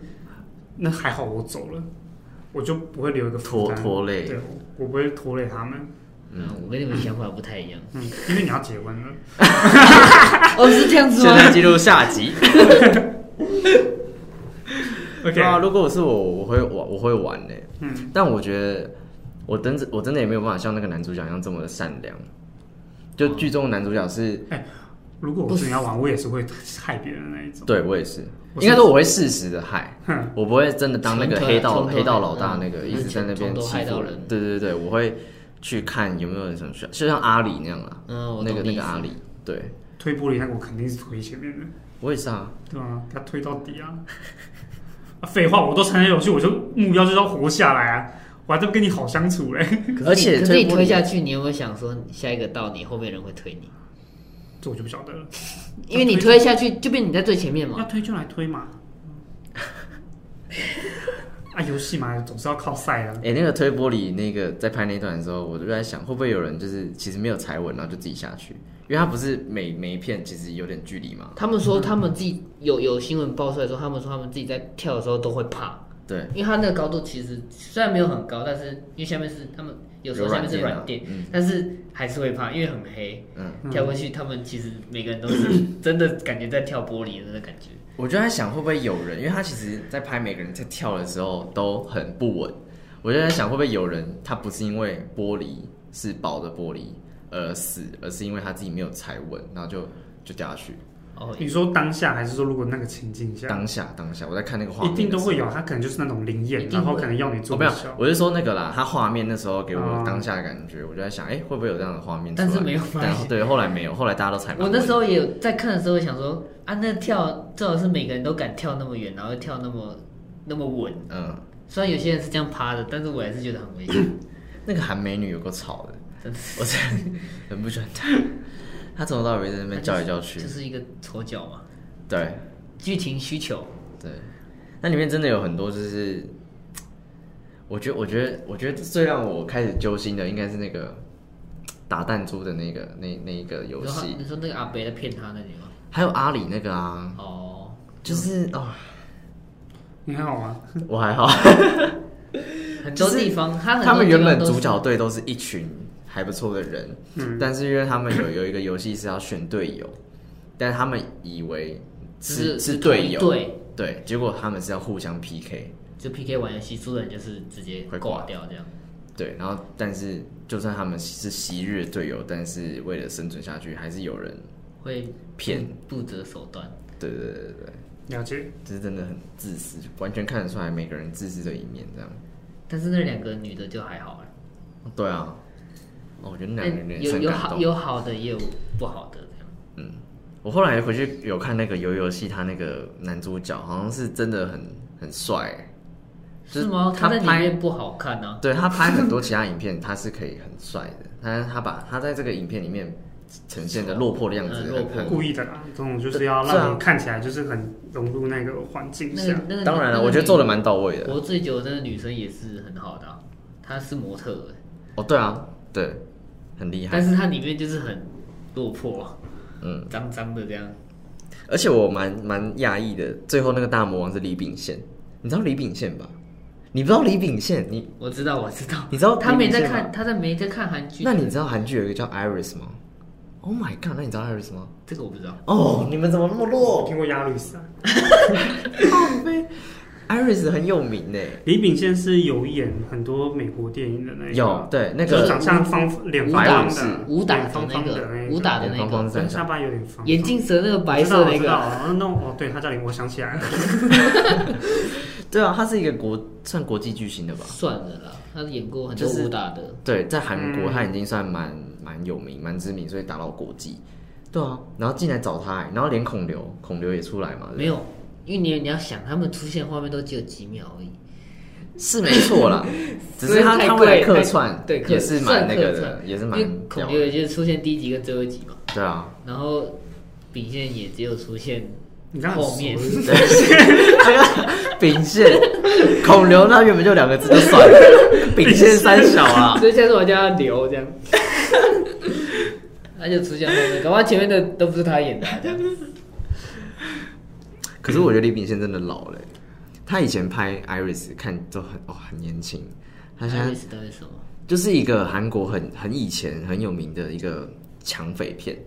[SPEAKER 2] 那还好我走了，我就不会留一个负
[SPEAKER 1] 拖
[SPEAKER 2] 担
[SPEAKER 1] 拖累
[SPEAKER 2] 对，我我不会拖累他们，
[SPEAKER 3] 嗯，我跟你们想法不太一样。
[SPEAKER 2] 嗯，因为你要结婚了。
[SPEAKER 3] 哦，是这样
[SPEAKER 1] 现
[SPEAKER 3] 子吗？
[SPEAKER 1] 在进入下集。
[SPEAKER 2] OK，
[SPEAKER 1] 对啊，如果我是我，我会玩，我会玩呢、
[SPEAKER 2] 嗯，
[SPEAKER 1] 但我觉得我真我真的也没有办法像那个男主角一样这么的善良。
[SPEAKER 3] 哦
[SPEAKER 1] 就剧中的男主角是，
[SPEAKER 2] 如果我真的要玩，我也是会害别人的那一种。
[SPEAKER 1] 对我也是，
[SPEAKER 2] 我是
[SPEAKER 1] 应该说我会适时的害。
[SPEAKER 2] 哼，
[SPEAKER 1] 我不会真的当那个
[SPEAKER 3] 从头
[SPEAKER 1] 黑道
[SPEAKER 3] 从头
[SPEAKER 1] 黑道老大
[SPEAKER 3] 嗯
[SPEAKER 1] 那个一直在那边
[SPEAKER 3] 从头
[SPEAKER 1] 欺
[SPEAKER 3] 害
[SPEAKER 1] 负
[SPEAKER 3] 到
[SPEAKER 1] 人
[SPEAKER 3] 人，
[SPEAKER 1] 对对对，我会去看有没有人想去，就像阿里那样啦，
[SPEAKER 3] 嗯，我
[SPEAKER 1] 那个
[SPEAKER 3] 懂你
[SPEAKER 1] 那
[SPEAKER 3] 意
[SPEAKER 1] 个
[SPEAKER 3] 思
[SPEAKER 1] 阿里，对
[SPEAKER 2] 推玻璃那个我肯定是推前面的，
[SPEAKER 1] 我也是啊，
[SPEAKER 2] 对啊？给他推到底啊！ 啊废话，我都参加游戏，我就目标就是要活下来啊！我还在跟你好相处嘞，
[SPEAKER 3] 可是你
[SPEAKER 1] 而且
[SPEAKER 3] 可是你
[SPEAKER 1] 推
[SPEAKER 3] 推下去，你有没有想说下一个到你后面人会推你？
[SPEAKER 2] 这我就不晓得了。
[SPEAKER 3] 因为你推下去就变你在最前面
[SPEAKER 2] 要
[SPEAKER 3] 嘛。
[SPEAKER 2] 推就来推嘛。啊，游戏嘛，总是要靠赛啊。
[SPEAKER 1] 哎、那个推玻璃那个在拍那段的时候，我就在想会不会有人就是其实没有踩稳，然后就自己下去，因为他不是每每一片其实有点距离嘛，
[SPEAKER 3] 他们说他们自己有有新闻爆出来说，他们说他们自己在跳的时候都会怕，
[SPEAKER 1] 对，
[SPEAKER 3] 因为他那个高度其实虽然没有很高，但是因为下面是他们有时候下面是
[SPEAKER 1] 有
[SPEAKER 3] 软
[SPEAKER 1] 软
[SPEAKER 3] 垫
[SPEAKER 1] 垫啊，
[SPEAKER 3] 但是还是会怕，因为很黑。
[SPEAKER 1] 嗯，
[SPEAKER 3] 跳过去，他们其实每个人都 是真的感觉在跳玻璃的那感觉。
[SPEAKER 1] 我就在想会不会有人，因为他其实在拍每个人在跳的时候都很不稳，我就在想会不会有人他不是因为玻璃是薄的玻璃而死，而是因为他自己没有踩稳，然后就就掉下去。
[SPEAKER 3] 哦，
[SPEAKER 2] 你说当下还是说如果那个情境下，
[SPEAKER 1] 当下当下我在看那个画面
[SPEAKER 2] 一
[SPEAKER 1] 的时候，
[SPEAKER 2] 定都会有，他可能就是那种灵
[SPEAKER 3] 一
[SPEAKER 2] 验，
[SPEAKER 3] 定
[SPEAKER 2] 然
[SPEAKER 3] 会
[SPEAKER 2] 后可能要你做
[SPEAKER 1] 哦，没
[SPEAKER 2] 不
[SPEAKER 1] 有
[SPEAKER 2] 小，。
[SPEAKER 1] 我是说那个啦，他画面那时候给我
[SPEAKER 2] 哦
[SPEAKER 1] 当下的感觉，我就在想，哎、会不会有这样的画面出来？
[SPEAKER 3] 但是没有发
[SPEAKER 1] 但
[SPEAKER 3] 现
[SPEAKER 1] 对，后来没有，后来大家都踩蛮
[SPEAKER 3] 我
[SPEAKER 1] 稳。
[SPEAKER 3] 那时候也有在看的时候想说，啊，那跳最好是每个人都敢跳那么远，然后跳那么那么稳。
[SPEAKER 1] 嗯，
[SPEAKER 3] 虽然有些人是这样趴的，但是我还是觉得很危险。
[SPEAKER 1] 那个韩美女有够吵的，真的，我真的很不喜欢她，她从头到尾在那边叫来叫去
[SPEAKER 3] 就，是一个丑角嘛，
[SPEAKER 1] 对。
[SPEAKER 3] 剧情需求。
[SPEAKER 1] 对，那里面真的有很多就是，我觉得，我觉得，我觉得最让我开始揪心的应该是那个打弹珠的那个那那一个游
[SPEAKER 3] 你说他
[SPEAKER 1] 戏，
[SPEAKER 3] 你说那个阿北在骗他那里吗？
[SPEAKER 1] 还有阿里那个啊，
[SPEAKER 3] 哦，
[SPEAKER 1] 就是哦，
[SPEAKER 2] 你还好吗？
[SPEAKER 1] 我还好，
[SPEAKER 3] 很多地方他很多
[SPEAKER 1] 他们原本
[SPEAKER 3] 地方都
[SPEAKER 1] 主
[SPEAKER 3] 是
[SPEAKER 1] 角队都是一群还不错的人，
[SPEAKER 2] 嗯
[SPEAKER 1] 但是因为他们有有一个游戏是要选队友，但他们以为
[SPEAKER 3] 就是是
[SPEAKER 1] 是
[SPEAKER 3] 同
[SPEAKER 1] 队
[SPEAKER 3] 一
[SPEAKER 1] 友，
[SPEAKER 3] 队
[SPEAKER 1] 对，结果他们是要互相 PK，
[SPEAKER 3] 就 PK 玩游戏输的人就是直接
[SPEAKER 1] 会挂
[SPEAKER 3] 挂掉这样。
[SPEAKER 1] 对，然后但是就算他们是昔日队友，但是为了生存下去，还是有人
[SPEAKER 3] 会
[SPEAKER 1] 骗
[SPEAKER 3] 不不择手段。
[SPEAKER 1] 对对对对对，
[SPEAKER 2] 了解，
[SPEAKER 1] 这是真的很自私，完全看得出来每个人自私的一面这样。
[SPEAKER 3] 但是那两个女的就还好了，
[SPEAKER 1] 对啊，哦，我觉得那
[SPEAKER 3] 那
[SPEAKER 1] 两个人有点很
[SPEAKER 3] 有哎有
[SPEAKER 1] 感
[SPEAKER 3] 好
[SPEAKER 1] 动。
[SPEAKER 3] 有好的也有不好的这样。
[SPEAKER 1] 我后来回去有看那个游游戏，他那个男主角好像是真的很很帅欸，就是
[SPEAKER 3] 是吗？
[SPEAKER 1] 他
[SPEAKER 3] 他在里
[SPEAKER 1] 拍
[SPEAKER 3] 面不好看 啊。
[SPEAKER 1] 对他拍很多其他影片，他是可以很帅的，但是他把他在这个影片里面呈现的落魄的样子
[SPEAKER 3] 嗯
[SPEAKER 1] 很，
[SPEAKER 3] 落
[SPEAKER 1] 很
[SPEAKER 2] 故意的啦，这种就是要
[SPEAKER 1] 对啊
[SPEAKER 2] 让你看起来就是很融入那个环境
[SPEAKER 3] 那个
[SPEAKER 2] 下。
[SPEAKER 3] 那个
[SPEAKER 1] 啊当然了，我觉得做的蛮到位的。
[SPEAKER 3] 活最久的那个女生也是很好的啊、她是模特欸，
[SPEAKER 1] 哦，对啊，对，很厉害
[SPEAKER 3] 但。是她里面就是很落魄啊，
[SPEAKER 1] 嗯，
[SPEAKER 3] 脏脏的这样。
[SPEAKER 1] 而且我蛮蛮讶异的，最后那个大魔王是李秉宪，你知道李秉宪吧？你不知道李秉宪，你
[SPEAKER 3] 我知道，我知道，
[SPEAKER 1] 你知道
[SPEAKER 3] 她没在
[SPEAKER 1] 李秉宪吗
[SPEAKER 3] 看，她在没在看韩剧。
[SPEAKER 1] 那你知道韩剧有一个叫 Iris 吗？Oh my god，那你知道 Iris 吗？
[SPEAKER 3] 这个我不知道，
[SPEAKER 1] 哦，你们怎么那么
[SPEAKER 2] 我
[SPEAKER 1] 弱
[SPEAKER 2] 听过亚律斯啊，
[SPEAKER 1] 哦？Iris 很有名呢，
[SPEAKER 2] 李秉宪是有演很多美国电影的那一个啊
[SPEAKER 1] 有对那
[SPEAKER 2] 就是
[SPEAKER 1] 个
[SPEAKER 2] 长相方脸方
[SPEAKER 1] 白武
[SPEAKER 2] 方
[SPEAKER 1] 士
[SPEAKER 2] 的，
[SPEAKER 3] 武打
[SPEAKER 2] 脸
[SPEAKER 3] 的
[SPEAKER 2] 方
[SPEAKER 3] 那
[SPEAKER 2] 方的
[SPEAKER 3] 个，
[SPEAKER 2] 一
[SPEAKER 3] 武打的那
[SPEAKER 1] 方方
[SPEAKER 3] 个，
[SPEAKER 1] 正
[SPEAKER 2] 下
[SPEAKER 1] 上，
[SPEAKER 2] 巴有点方，
[SPEAKER 3] 眼镜蛇那个白色那
[SPEAKER 2] 我知道
[SPEAKER 3] 个，
[SPEAKER 2] 我知道那我哦，对他叫你，我想起来 了，
[SPEAKER 1] 对啊，他是一个国算国际巨星的吧？
[SPEAKER 3] 算了啦，她演过很多
[SPEAKER 1] 就是
[SPEAKER 3] 武打的。
[SPEAKER 1] 对，在韩国
[SPEAKER 2] 嗯
[SPEAKER 1] 他已经算蛮蛮有名、蛮知名，所以打到国际。对啊，然后进来找他、欸然后连孔刘，孔刘也出来嘛，对不对
[SPEAKER 3] 没有，因为你你要想，他们出现画面都只有几秒而已。
[SPEAKER 1] 是没错啦，只是他
[SPEAKER 3] 太
[SPEAKER 1] 他未来
[SPEAKER 3] 贵
[SPEAKER 1] 客
[SPEAKER 3] 太
[SPEAKER 1] 串，
[SPEAKER 3] 对客
[SPEAKER 1] 也是蛮
[SPEAKER 3] 算
[SPEAKER 1] 那个
[SPEAKER 3] 客
[SPEAKER 1] 的，
[SPEAKER 3] 串
[SPEAKER 1] 也是
[SPEAKER 3] 因
[SPEAKER 1] 蛮
[SPEAKER 3] 为孔
[SPEAKER 1] 屌
[SPEAKER 3] 刘
[SPEAKER 1] 的，
[SPEAKER 3] 也就是出现第一集跟最后一集嘛，
[SPEAKER 1] 对啊，
[SPEAKER 3] 然后秉宪也只有出现
[SPEAKER 2] 你这样很
[SPEAKER 3] 后面
[SPEAKER 2] 熟，
[SPEAKER 1] 这个秉宪，孔刘那原本就两个字就算了，秉宪三小啊，
[SPEAKER 3] 所以下次我叫他刘这 样，他就出现后面，搞不好前面的都不是他演的、啊，这样
[SPEAKER 1] 可是我觉得李秉宪真的老了欸、他以前拍 Iris 看都很哦很年轻，他现
[SPEAKER 3] 他
[SPEAKER 1] 在
[SPEAKER 3] 意思到底是什么？
[SPEAKER 1] 就是一个韩国很很以前很有名的一个抢匪片，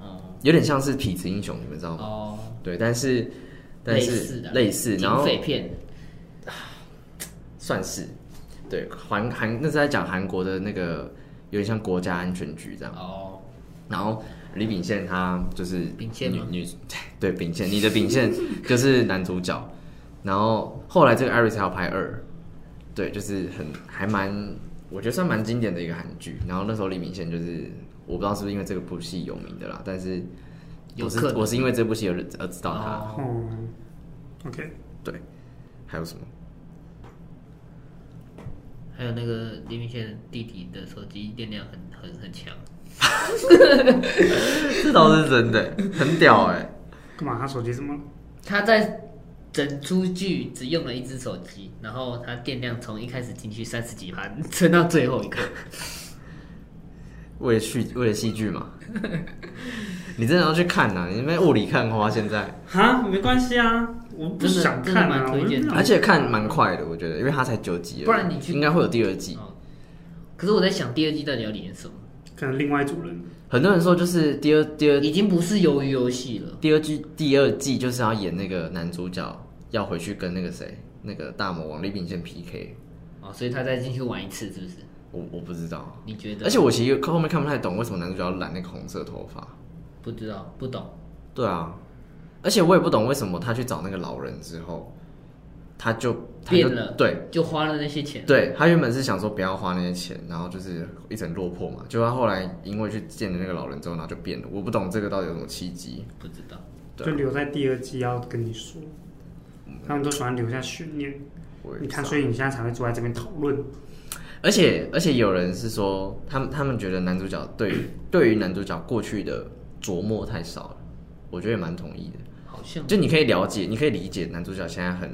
[SPEAKER 3] 哦
[SPEAKER 1] 有点像是痞子英雄，你们知道吗？
[SPEAKER 3] 哦，
[SPEAKER 1] 对，但是但
[SPEAKER 3] 类
[SPEAKER 1] 是
[SPEAKER 3] 似的
[SPEAKER 1] 类似，然
[SPEAKER 3] 警
[SPEAKER 1] 后
[SPEAKER 3] 匪片，
[SPEAKER 1] 算是对韩韩那是在讲韩国的那个有点像国家安全局这样。
[SPEAKER 3] 哦，
[SPEAKER 1] 然后李秉宪他就是
[SPEAKER 3] 秉宪吗
[SPEAKER 1] 女女 对秉宪，你的秉宪就是男主角。然后后来这个艾瑞斯要拍二，对，就是很还蛮我觉得算蛮经典的一个韩剧。然后那时候李秉宪就是我不知道是不是因为这个部戏有名的啦，但是
[SPEAKER 3] 有
[SPEAKER 1] 我
[SPEAKER 3] 可
[SPEAKER 1] 是
[SPEAKER 3] 能
[SPEAKER 1] 我是因为这部戏而而知道他。
[SPEAKER 3] 哦
[SPEAKER 2] 哦，OK，
[SPEAKER 1] 对，还有什么？
[SPEAKER 3] 还有那个李明宪弟弟的手机电量很很很强，
[SPEAKER 1] 这倒是真的，很屌哎、
[SPEAKER 2] 干嘛？他手机怎么了？
[SPEAKER 3] 他在整出剧只用了一只手机，然后他电量从一开始进去三十几盘， 撑到最后一刻。
[SPEAKER 1] 为了戏为了戏剧嘛，你真的要去看呐、你那边雾里看花现在。
[SPEAKER 2] 哈，没关系啊，我不
[SPEAKER 3] 真的
[SPEAKER 2] 想
[SPEAKER 3] 真的
[SPEAKER 2] 看
[SPEAKER 3] 蛮
[SPEAKER 2] 啊，
[SPEAKER 3] 推
[SPEAKER 2] 我
[SPEAKER 3] 荐的
[SPEAKER 1] 而且看蛮快的，我觉得，因为它才九集而已，
[SPEAKER 3] 不然你去
[SPEAKER 1] 应该会有第二季。
[SPEAKER 3] 哦，可是我在想第二季到底要演什么，
[SPEAKER 2] 可能另外一组人，
[SPEAKER 1] 很多人说就是第二第二
[SPEAKER 3] 已经不是鱿鱼游戏了。
[SPEAKER 1] 第二季第二季就是要演那个男主角要回去跟那个谁那个大魔王李秉宪 PK，
[SPEAKER 3] 哦，所以他再进去玩一次，是不是？
[SPEAKER 1] 我我不知道。
[SPEAKER 3] 你觉得？
[SPEAKER 1] 而且我其实后面看不太懂为什么男主角要染那个红色头发。
[SPEAKER 3] 不知道，不懂。
[SPEAKER 1] 对啊，而且我也不懂为什么他去找那个老人之后，他就他就
[SPEAKER 3] 变了
[SPEAKER 1] 对，
[SPEAKER 3] 就花了那些钱。
[SPEAKER 1] 对他原本是想说不要花那些钱，然后就是一整落魄嘛。就他后来因为去见了那个老人之后，然后就变了。我不懂这个到底有什么契机。
[SPEAKER 3] 不知道，
[SPEAKER 1] 对
[SPEAKER 2] 就留在第二季要跟你说。
[SPEAKER 3] 嗯
[SPEAKER 2] 他们都喜欢留下悬念，
[SPEAKER 1] 我也
[SPEAKER 2] 你
[SPEAKER 1] 不知道
[SPEAKER 2] 看，
[SPEAKER 3] 啊
[SPEAKER 2] 所以你现在才会坐在这边讨论。
[SPEAKER 1] 而且而且有人是说，他们他们觉得男主角对于对于男主角过去的琢磨太少了，我觉得也蛮同意的。
[SPEAKER 3] 好像
[SPEAKER 1] 就你可以了解，你可以理解男主角现在很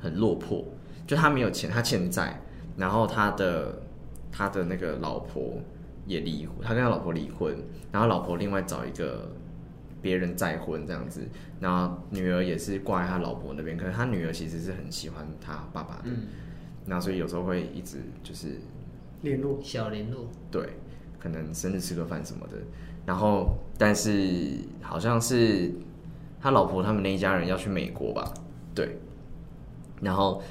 [SPEAKER 1] 很落魄，就他没有钱，他欠债，然后他的他的那个老婆也离，他跟他老婆离婚，然后老婆另外找一个别人再婚这样子，然后女儿也是挂在他老婆那边，可是他女儿其实是很喜欢他爸爸的，
[SPEAKER 3] 嗯，
[SPEAKER 1] 那所以有时候会一直就是
[SPEAKER 2] 联络
[SPEAKER 3] 小联络
[SPEAKER 1] 对，可能生日吃个饭什么的。然后，但是好像是他老婆他们那一家人要去美国吧？对，然后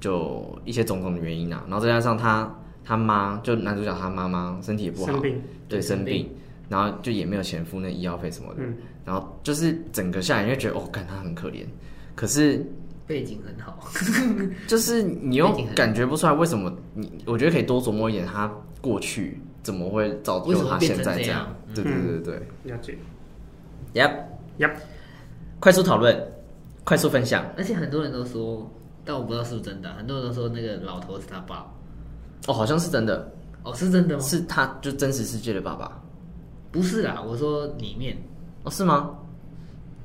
[SPEAKER 1] 就一些种种的原因啊，然后再加上他他妈，就男主角他妈妈身体也不好
[SPEAKER 2] 生，病，
[SPEAKER 1] 对，生病，然后就也没有钱付那医药费什么的，
[SPEAKER 2] 嗯
[SPEAKER 1] 然后就是整个下来你就觉得哦，看他很可怜，可是
[SPEAKER 3] 背景很好，
[SPEAKER 1] 就是你
[SPEAKER 3] 背
[SPEAKER 1] 又
[SPEAKER 3] 景很
[SPEAKER 1] 感觉不出来为什么你，我觉得可以多琢磨一点他过去怎么会造
[SPEAKER 3] 为什
[SPEAKER 1] 就
[SPEAKER 3] 么
[SPEAKER 1] 他
[SPEAKER 3] 变
[SPEAKER 1] 现
[SPEAKER 3] 成
[SPEAKER 1] 在
[SPEAKER 3] 这
[SPEAKER 1] 这
[SPEAKER 3] 样
[SPEAKER 1] 样，
[SPEAKER 3] 嗯
[SPEAKER 1] 对对对对
[SPEAKER 2] 了解。
[SPEAKER 1] 对，Yep，
[SPEAKER 2] Yep
[SPEAKER 1] 快速讨论，快速分享
[SPEAKER 3] 而且很多人都说，但我不知道是不是真的，啊很多人都说那个老头是他爸，
[SPEAKER 1] 哦，好像是真的，
[SPEAKER 3] 哦，是真的吗？
[SPEAKER 1] 是他就真实世界的爸爸
[SPEAKER 3] 不是啦，我说里面，
[SPEAKER 1] 哦，是吗？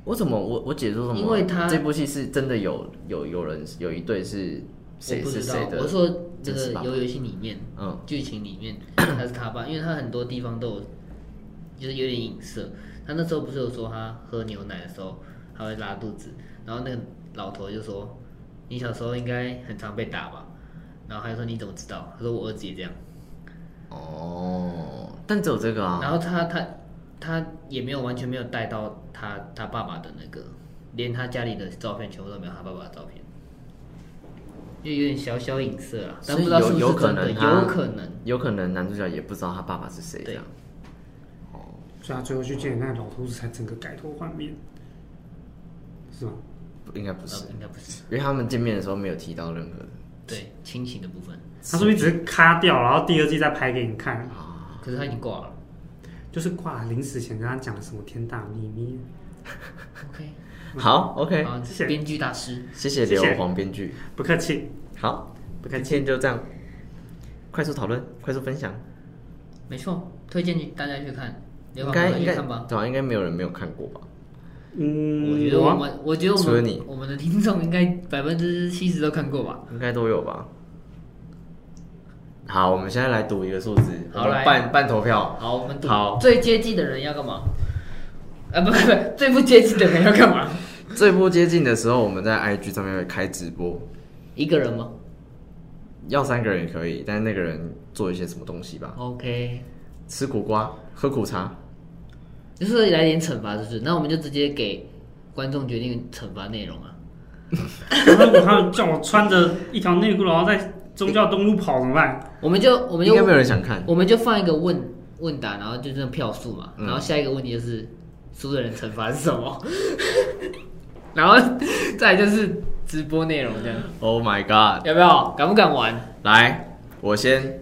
[SPEAKER 1] 我怎么我我姐说什么？
[SPEAKER 3] 因为他
[SPEAKER 1] 这部戏是真的有有有人有一对是
[SPEAKER 3] 我
[SPEAKER 1] 谁
[SPEAKER 3] 不
[SPEAKER 1] 是
[SPEAKER 3] 知道
[SPEAKER 1] 谁，的？
[SPEAKER 3] 我说这
[SPEAKER 1] 真实
[SPEAKER 3] 个
[SPEAKER 1] 爸爸
[SPEAKER 3] 游游戏里面，
[SPEAKER 1] 嗯，
[SPEAKER 3] 剧情里面 他是他爸，因为他很多地方都有，就是有点影射。他那时候不是有说他喝牛奶的时候他会拉肚子，然后那个老头就说：“你小时候应该很常被打吧？”然后他就说：“你怎么知道？”他说：“我儿子也这样。
[SPEAKER 1] 哦，但只有这个”啊，
[SPEAKER 3] 然后他他他也没有完全没有带到他他爸爸的那个，连他家里的照片全部都没有他爸爸的照片，就有点小小影射啊，但不知道
[SPEAKER 1] 所
[SPEAKER 3] 是
[SPEAKER 1] 以
[SPEAKER 3] 不
[SPEAKER 1] 有
[SPEAKER 3] 是真的，
[SPEAKER 1] 有可能他
[SPEAKER 3] 有可能。
[SPEAKER 1] 有可能男主角也不知道他爸爸是谁这样。
[SPEAKER 2] 所以他最后去见那个老头子，才整个改头换面，是吗？
[SPEAKER 1] 不应该不是
[SPEAKER 3] 呃，应该不是。
[SPEAKER 1] 因为他们见面的时候没有提到任何的
[SPEAKER 3] 对亲情的部分，
[SPEAKER 2] 他说你只是卡掉，然后第二季再拍给你看，
[SPEAKER 1] 啊，
[SPEAKER 3] 可是他已经挂了。
[SPEAKER 2] 就是挂临死前跟他讲什么天大秘密。
[SPEAKER 3] OK，
[SPEAKER 1] 好，OK，
[SPEAKER 3] 嗯好，
[SPEAKER 2] 谢谢
[SPEAKER 3] 编剧大师，
[SPEAKER 1] 谢谢
[SPEAKER 2] 谢谢
[SPEAKER 1] 刘黄编剧。
[SPEAKER 2] 不客气，
[SPEAKER 1] 好，
[SPEAKER 2] 不客
[SPEAKER 1] 今
[SPEAKER 2] 气。
[SPEAKER 1] 天就这样，快速讨论，快速分享，
[SPEAKER 3] 没错，推荐你大家去看，刘
[SPEAKER 1] 应
[SPEAKER 3] 广
[SPEAKER 1] 该
[SPEAKER 3] 可
[SPEAKER 1] 应
[SPEAKER 3] 以
[SPEAKER 1] 该
[SPEAKER 3] 看吧。
[SPEAKER 1] 对啊，应该没有人没有看过吧？
[SPEAKER 3] 我
[SPEAKER 2] 嗯
[SPEAKER 3] 觉，得我
[SPEAKER 2] 我
[SPEAKER 3] 们，我觉得我
[SPEAKER 1] 啊除了
[SPEAKER 3] 们
[SPEAKER 1] 你
[SPEAKER 3] 我们的听众应该百分之七十都看过吧。
[SPEAKER 1] 应该都有吧？好，我们现在来赌一个数字，
[SPEAKER 3] 好
[SPEAKER 1] 我们
[SPEAKER 3] 来
[SPEAKER 1] 半半投票。
[SPEAKER 3] 好，我们赌
[SPEAKER 1] 好
[SPEAKER 3] 最接近的人要干嘛？啊，不不不，最不接近的人要干嘛？
[SPEAKER 1] 最不接近的时候，我们在 IG 上面会开直播，
[SPEAKER 3] 一个人吗
[SPEAKER 1] 要三个人也可以，但是那个人做一些什么东西吧，
[SPEAKER 3] ？OK，
[SPEAKER 1] 吃苦瓜，喝苦茶。
[SPEAKER 3] 就是来点惩罚，是不是？那我们就直接给观众决定惩罚内容啊。
[SPEAKER 2] 我他叫我穿着一条内裤，然后在宗教东路跑怎么办？
[SPEAKER 3] 我们就我们就
[SPEAKER 1] 应该没有人想看。
[SPEAKER 3] 我们就放一个问问答，然后就这票数嘛，
[SPEAKER 1] 嗯
[SPEAKER 3] 然后下一个问题就是输的人惩罚是什么， 然后再来就是直播内容这样，
[SPEAKER 1] Oh my god！
[SPEAKER 3] 要不要？敢不敢玩？
[SPEAKER 1] 来，我先，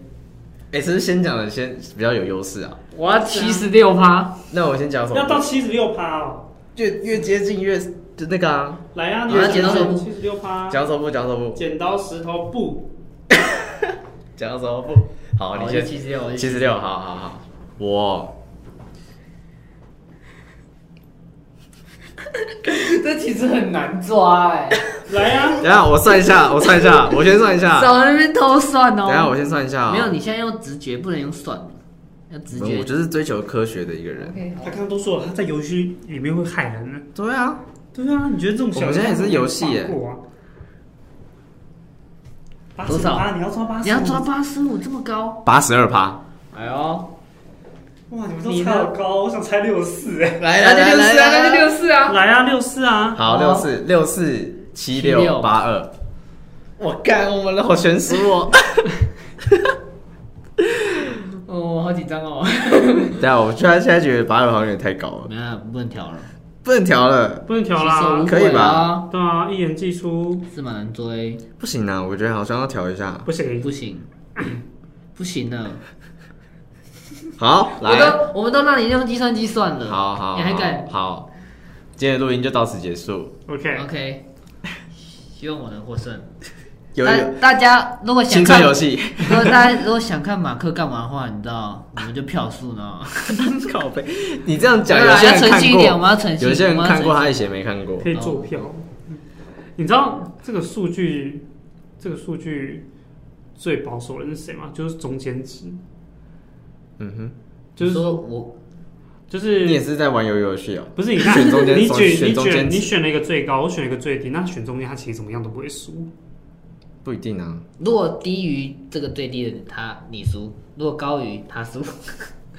[SPEAKER 1] 哎、是不是先讲的先比较有优势啊？
[SPEAKER 3] 我要七十六趴，
[SPEAKER 1] 那我先讲什
[SPEAKER 2] 要到
[SPEAKER 1] 么？
[SPEAKER 2] 七十六趴哦，
[SPEAKER 1] 越越接近越就那个啊，
[SPEAKER 2] 来啊，
[SPEAKER 3] 你要剪刀手布
[SPEAKER 2] 七十六趴，
[SPEAKER 1] 讲手不讲手不
[SPEAKER 2] 剪刀石头布，
[SPEAKER 1] 讲手不，好，你
[SPEAKER 3] 我
[SPEAKER 1] 先
[SPEAKER 3] 哦七十六，
[SPEAKER 1] 七十六，好好好，我
[SPEAKER 3] 这其实很难抓哎、
[SPEAKER 2] 来啊，
[SPEAKER 1] 等一下我算一 下，我算一下，我先算一下，
[SPEAKER 3] 少在那边偷算哦。
[SPEAKER 1] 啊等一下我先算一下、啊。
[SPEAKER 3] 没有，你现在用直觉，不能用算的，要直
[SPEAKER 1] 不是
[SPEAKER 3] 觉。
[SPEAKER 1] 我就是追求科学的一个人。
[SPEAKER 3] OK，
[SPEAKER 2] 他
[SPEAKER 3] 好
[SPEAKER 2] 刚刚都说了，他在游戏里面会害人呢。
[SPEAKER 1] 对啊，
[SPEAKER 2] 对啊，你觉得这种小
[SPEAKER 1] 我们现在也是游戏耶
[SPEAKER 2] 八
[SPEAKER 3] 多
[SPEAKER 2] 十
[SPEAKER 3] 少
[SPEAKER 2] 八，你要抓八十，
[SPEAKER 3] 你要抓八十五这么高，
[SPEAKER 1] 八十二趴。
[SPEAKER 3] 哎呦，
[SPEAKER 2] 哇！你们都
[SPEAKER 3] 你呢
[SPEAKER 2] 猜好高，我想猜六四哎。
[SPEAKER 1] 来
[SPEAKER 3] 那就六四啊，那就六四啊。
[SPEAKER 2] 来啊，六四啊！
[SPEAKER 1] 好，
[SPEAKER 3] 好
[SPEAKER 1] 六四六四七六
[SPEAKER 3] 76
[SPEAKER 1] 八二。我干，我们的好悬殊哦。
[SPEAKER 3] 哦，好紧张哦。
[SPEAKER 1] 等一下，我突然现在觉得八二好像有点太高了，
[SPEAKER 3] 没有，啊不能调了，
[SPEAKER 1] 不能调了，
[SPEAKER 2] 不能调
[SPEAKER 3] 其实无
[SPEAKER 2] 啦
[SPEAKER 3] 悔，
[SPEAKER 1] 可以吧
[SPEAKER 3] 啊？
[SPEAKER 2] 对啊，一言既出，
[SPEAKER 3] 是蛮难追，
[SPEAKER 1] 不行啊，我觉得好像要调一下。
[SPEAKER 2] 不行，
[SPEAKER 3] 哎不行， 不行了。
[SPEAKER 1] 好，
[SPEAKER 3] 我
[SPEAKER 1] 来，
[SPEAKER 3] 都我们都让你用计算机算了，
[SPEAKER 1] 好好，
[SPEAKER 3] 你还敢
[SPEAKER 1] 好，今天的录音就到此结束。
[SPEAKER 2] ？OK，
[SPEAKER 3] ？OK，希望我能获胜。
[SPEAKER 1] 有
[SPEAKER 3] 大
[SPEAKER 1] 有
[SPEAKER 3] 大家如果想
[SPEAKER 1] 青春
[SPEAKER 3] 看，
[SPEAKER 1] 游戏，
[SPEAKER 3] 如果大家如果想看马克干嘛的话，你知道，我们就票数呢。
[SPEAKER 1] 靠背，你这样讲，
[SPEAKER 3] 没有
[SPEAKER 1] 有
[SPEAKER 3] 啦
[SPEAKER 1] 些人
[SPEAKER 3] 要
[SPEAKER 1] 看
[SPEAKER 3] 澄清一点我
[SPEAKER 1] 过，
[SPEAKER 3] 们要澄清
[SPEAKER 1] 有些人
[SPEAKER 3] 我们要
[SPEAKER 1] 看过，
[SPEAKER 3] 澄清
[SPEAKER 1] 他以前没看过。
[SPEAKER 2] 可以做票。你知道这个数据，这个数据最保守的人是谁吗？就是中间值，
[SPEAKER 1] 嗯哼，
[SPEAKER 2] 就是
[SPEAKER 3] 你说我
[SPEAKER 2] 就是
[SPEAKER 1] 你也是在玩游游戏哦。
[SPEAKER 2] 不是你看，
[SPEAKER 1] 选中间
[SPEAKER 2] 你
[SPEAKER 1] 中
[SPEAKER 2] 选
[SPEAKER 1] 选
[SPEAKER 2] 你
[SPEAKER 1] 中间
[SPEAKER 2] 选你
[SPEAKER 1] 值
[SPEAKER 2] 选了一个最高，我选了一个最低，那选中间他其实怎么样都不会输。
[SPEAKER 1] 不一定啊，
[SPEAKER 3] 如果低于这个最低的他你输，如果高于他输，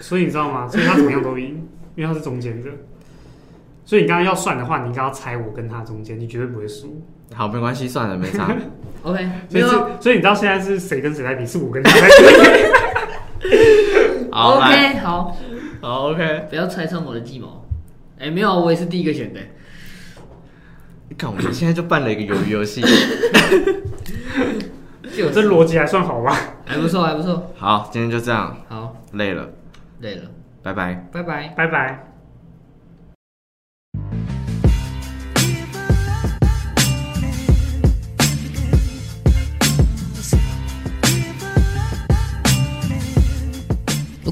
[SPEAKER 2] 所以你知道吗？所以他怎么样都赢，因为他是中间的。所以你刚刚要算的话，你应该要猜我跟他中间，你绝对不会输。
[SPEAKER 1] 好，没关系，算了，没 差。
[SPEAKER 3] OK，
[SPEAKER 2] 所
[SPEAKER 3] 没
[SPEAKER 2] 以
[SPEAKER 3] 有
[SPEAKER 2] 是
[SPEAKER 3] 啊。，
[SPEAKER 2] 所以你知道现在是谁跟谁在比？是我跟他在比。
[SPEAKER 1] 好，来，
[SPEAKER 3] OK，好，
[SPEAKER 1] 好，OK。
[SPEAKER 3] 不要猜穿我的计谋。哎、没有啊，我也是第一个选的。
[SPEAKER 1] 你看，我们现在就办了一个鱿鱼游戏。
[SPEAKER 3] 就
[SPEAKER 2] 这逻辑还算好吧？
[SPEAKER 3] 还不错，还不错。
[SPEAKER 1] 好，今天就这样，
[SPEAKER 3] 好，
[SPEAKER 1] 累了，
[SPEAKER 3] 累了，
[SPEAKER 1] 拜拜。
[SPEAKER 3] 拜拜。
[SPEAKER 2] 拜拜。
[SPEAKER 3] 如